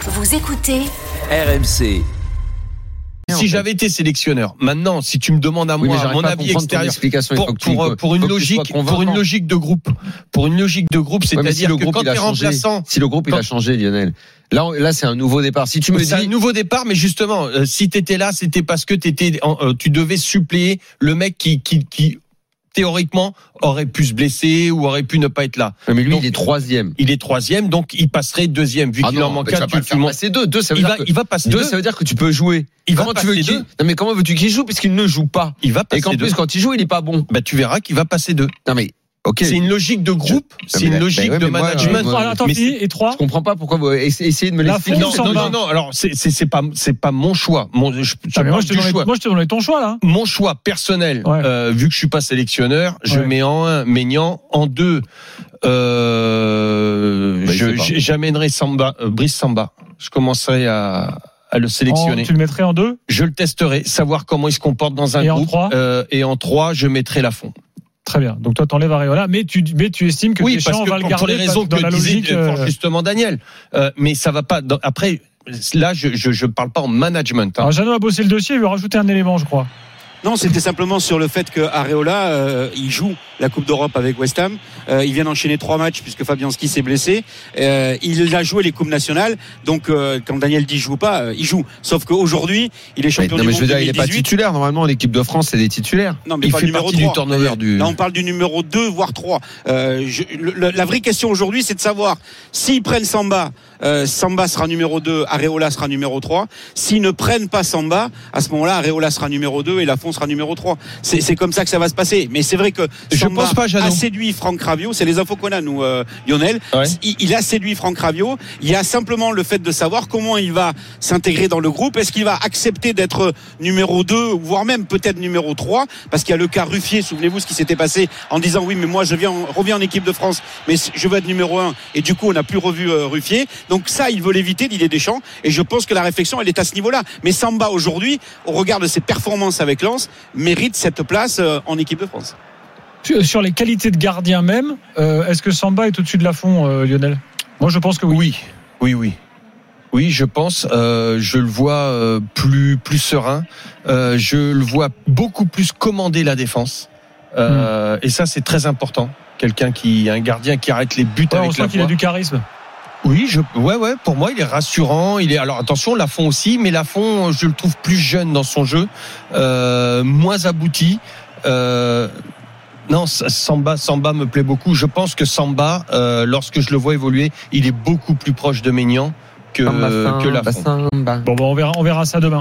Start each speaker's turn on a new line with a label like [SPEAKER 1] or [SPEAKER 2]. [SPEAKER 1] Vous écoutez
[SPEAKER 2] RMC.
[SPEAKER 3] Si j'avais été sélectionneur, maintenant, si tu me demandes à
[SPEAKER 4] Oui, mais
[SPEAKER 3] moi à
[SPEAKER 4] j'arrive
[SPEAKER 3] mon
[SPEAKER 4] pas à
[SPEAKER 3] avis
[SPEAKER 4] comprendre ton
[SPEAKER 3] extérieur,
[SPEAKER 4] explication, il
[SPEAKER 3] pour,
[SPEAKER 4] faut que tu-
[SPEAKER 3] pour, euh,
[SPEAKER 4] faut-
[SPEAKER 3] pour
[SPEAKER 4] faut
[SPEAKER 3] une
[SPEAKER 4] que tu sois
[SPEAKER 3] logique, pour une
[SPEAKER 4] convaincant.
[SPEAKER 3] logique de groupe, pour une logique de groupe,
[SPEAKER 4] Ouais, mais si
[SPEAKER 3] c'est-à-dire
[SPEAKER 4] le
[SPEAKER 3] que
[SPEAKER 4] groupe
[SPEAKER 3] quand
[SPEAKER 4] il a
[SPEAKER 3] t'es
[SPEAKER 4] changé,
[SPEAKER 3] remplaçant,
[SPEAKER 4] si le groupe il
[SPEAKER 3] quand-
[SPEAKER 4] a changé, Lionel. Là, on- là c'est un nouveau départ. Si tu me
[SPEAKER 3] c'est un
[SPEAKER 4] dis,
[SPEAKER 3] nouveau départ, mais justement, euh, si t'étais là, c'était parce que t'étais, en- euh, tu devais suppléer le mec qui, qui, qui théoriquement aurait pu se blesser ou aurait pu ne pas être là.
[SPEAKER 4] Non, mais lui
[SPEAKER 3] Donc-
[SPEAKER 4] il est troisième.
[SPEAKER 3] Il est troisième, donc il passerait deuxième vu
[SPEAKER 4] Ah
[SPEAKER 3] qu'il
[SPEAKER 4] non,
[SPEAKER 3] en manque
[SPEAKER 4] mais tu vas
[SPEAKER 3] un.
[SPEAKER 4] pas
[SPEAKER 3] Tu,
[SPEAKER 4] le
[SPEAKER 3] tu
[SPEAKER 4] faire
[SPEAKER 3] montes-
[SPEAKER 4] passer deux. Deux, ça veut
[SPEAKER 3] il
[SPEAKER 4] dire
[SPEAKER 3] va,
[SPEAKER 4] que-
[SPEAKER 3] il va passer
[SPEAKER 4] deux,
[SPEAKER 3] deux.
[SPEAKER 4] ça veut dire que tu peux jouer.
[SPEAKER 3] Il va
[SPEAKER 4] comment tu veux
[SPEAKER 3] passer
[SPEAKER 4] qu'il
[SPEAKER 3] deux.
[SPEAKER 4] Non mais comment veux-tu qu'il joue puisqu'il ne joue pas
[SPEAKER 3] Il va passer
[SPEAKER 4] Et qu'en
[SPEAKER 3] deux.
[SPEAKER 4] plus quand il joue il est pas bon.
[SPEAKER 3] Bah, tu verras qu'il va passer deux.
[SPEAKER 4] Non mais ok.
[SPEAKER 3] C'est
[SPEAKER 4] Je
[SPEAKER 3] une logique de groupe, c'est
[SPEAKER 4] mais
[SPEAKER 3] une
[SPEAKER 4] là-
[SPEAKER 3] logique
[SPEAKER 4] bah ouais,
[SPEAKER 3] de
[SPEAKER 4] mais moi,
[SPEAKER 5] Tu mets
[SPEAKER 3] management.
[SPEAKER 4] euh,
[SPEAKER 5] trois, attends,
[SPEAKER 3] Mais
[SPEAKER 5] fini, et trois.
[SPEAKER 4] comprends pas pourquoi vous essa- essayez de me
[SPEAKER 5] La
[SPEAKER 4] l'expliquer.
[SPEAKER 5] France
[SPEAKER 3] Non,
[SPEAKER 5] Ils sont
[SPEAKER 3] non, non,
[SPEAKER 5] bas.
[SPEAKER 3] non, alors c'est- c'est c'est pas c'est pas mon choix. Mon, je, je
[SPEAKER 5] Ah, mais
[SPEAKER 3] parle
[SPEAKER 5] moi, je te
[SPEAKER 3] du
[SPEAKER 5] donnais-
[SPEAKER 3] choix.
[SPEAKER 5] moi, je te donnais ton choix, là.
[SPEAKER 3] Mon choix personnel,
[SPEAKER 5] Ouais.
[SPEAKER 3] euh, vu que je suis pas sélectionneur, je
[SPEAKER 5] Ouais.
[SPEAKER 3] mets en un Maignan, en deux, euh,
[SPEAKER 4] Bah, il
[SPEAKER 3] je-
[SPEAKER 4] sait pas.
[SPEAKER 3] j- j'amènerai Samba, euh, Brice Samba. Je commencerai à, à le sélectionner.
[SPEAKER 5] En- tu le mettrais en deux
[SPEAKER 3] Je le testerai, savoir comment il se comporte dans un
[SPEAKER 5] Et en
[SPEAKER 3] groupe.
[SPEAKER 5] trois
[SPEAKER 3] euh, et en trois, je mettrai Lafond.
[SPEAKER 5] Très bien. Donc, toi, t'enlèves Areola, mais tu, mais tu estimes que
[SPEAKER 3] oui, parce
[SPEAKER 5] Deschamps
[SPEAKER 3] que
[SPEAKER 5] va le
[SPEAKER 3] pour,
[SPEAKER 5] garder
[SPEAKER 3] pour les raisons
[SPEAKER 5] dans
[SPEAKER 3] que
[SPEAKER 5] la
[SPEAKER 3] disait
[SPEAKER 5] logique.
[SPEAKER 3] euh, fort
[SPEAKER 5] euh,
[SPEAKER 3] justement Daniel. Euh, mais ça va pas. dans- après, là, je je, je parle pas en management. hein.
[SPEAKER 5] Alors, Jeannot a bossé le dossier, il lui a rajouté un élément, je crois.
[SPEAKER 6] Non, c'était simplement sur le fait que Areola, euh, il joue la Coupe d'Europe avec West Ham. Euh, il vient d'enchaîner trois matchs puisque Fabianski s'est blessé. Euh, il a joué les coupes nationales. Donc, euh, quand Daniel dit joue pas, euh, il joue. Sauf qu'aujourd'hui, il est
[SPEAKER 4] Mais-
[SPEAKER 6] champion
[SPEAKER 4] non
[SPEAKER 6] du
[SPEAKER 4] mais
[SPEAKER 6] monde
[SPEAKER 4] je veux dire il est pas
[SPEAKER 6] 2018.
[SPEAKER 4] titulaire normalement en équipe de France c'est des titulaires.
[SPEAKER 6] Non, mais
[SPEAKER 3] Il
[SPEAKER 6] pas
[SPEAKER 3] fait
[SPEAKER 6] le numéro
[SPEAKER 3] partie du
[SPEAKER 6] 3.
[SPEAKER 3] turnover du.
[SPEAKER 6] Là, on parle du numéro 2, voire 3. Euh, je- le- le- la vraie question aujourd'hui, c'est de savoir s'ils prennent Samba, euh, Samba sera numéro 2, Areola sera numéro 3. S'ils ne prennent pas Samba, à ce moment-là, Areola sera numéro 2 et Lafont sera numéro 3. C'est c'est comme ça que ça va se passer. Mais c'est vrai que
[SPEAKER 3] Je
[SPEAKER 6] Samba
[SPEAKER 3] pense pas, Jeannot.
[SPEAKER 6] a séduit Franck Raviot. C'est les infos qu'on a, nous, euh, Lionel.
[SPEAKER 3] Ouais.
[SPEAKER 6] Il, il a séduit Franck Raviot. Il y a simplement le fait de savoir comment il va s'intégrer dans le groupe. Est-ce qu'il va accepter d'être numéro 2, voire même peut-être numéro 3 Parce qu'il y a le cas Ruffier, souvenez-vous ce qui s'était passé en disant oui, mais moi je viens, reviens en équipe de France, mais je veux être numéro 1. Et du coup, on n'a plus revu euh, Ruffier. Donc ça, il veut l'éviter, l'idée des champs. Et je pense que la réflexion, elle est à ce niveau-là. Mais Samba, aujourd'hui, au regard de ses performances avec Lens, mérite cette place euh, en équipe de France.
[SPEAKER 5] Sur euh, sur les qualités de gardien même, euh, est-ce que Samba est au-dessus de la fond, euh, Lionel Moi, je pense que oui.
[SPEAKER 3] Oui, oui, oui. Oui, je pense. Euh, je le vois euh, plus plus serein. Euh, je le vois beaucoup plus commander la défense.
[SPEAKER 5] Hmm.
[SPEAKER 3] Euh, Et ça, c'est très important. Quelqu'un qui un gardien qui arrête les buts
[SPEAKER 5] Ouais, on
[SPEAKER 3] avec la
[SPEAKER 5] sent qu'il a
[SPEAKER 3] voix.
[SPEAKER 5] du charisme.
[SPEAKER 3] Oui, je ouais ouais. Pour moi, il est rassurant. Il est alors attention Lafond aussi, mais Lafond, je le trouve plus jeune dans son jeu, euh, moins abouti. Euh, non, Samba, Samba me plaît beaucoup. Je pense que Samba, euh, lorsque je le vois évoluer, il est beaucoup plus proche de Maignan que, que Lafond.
[SPEAKER 5] Bon, bah, on verra, on verra ça demain.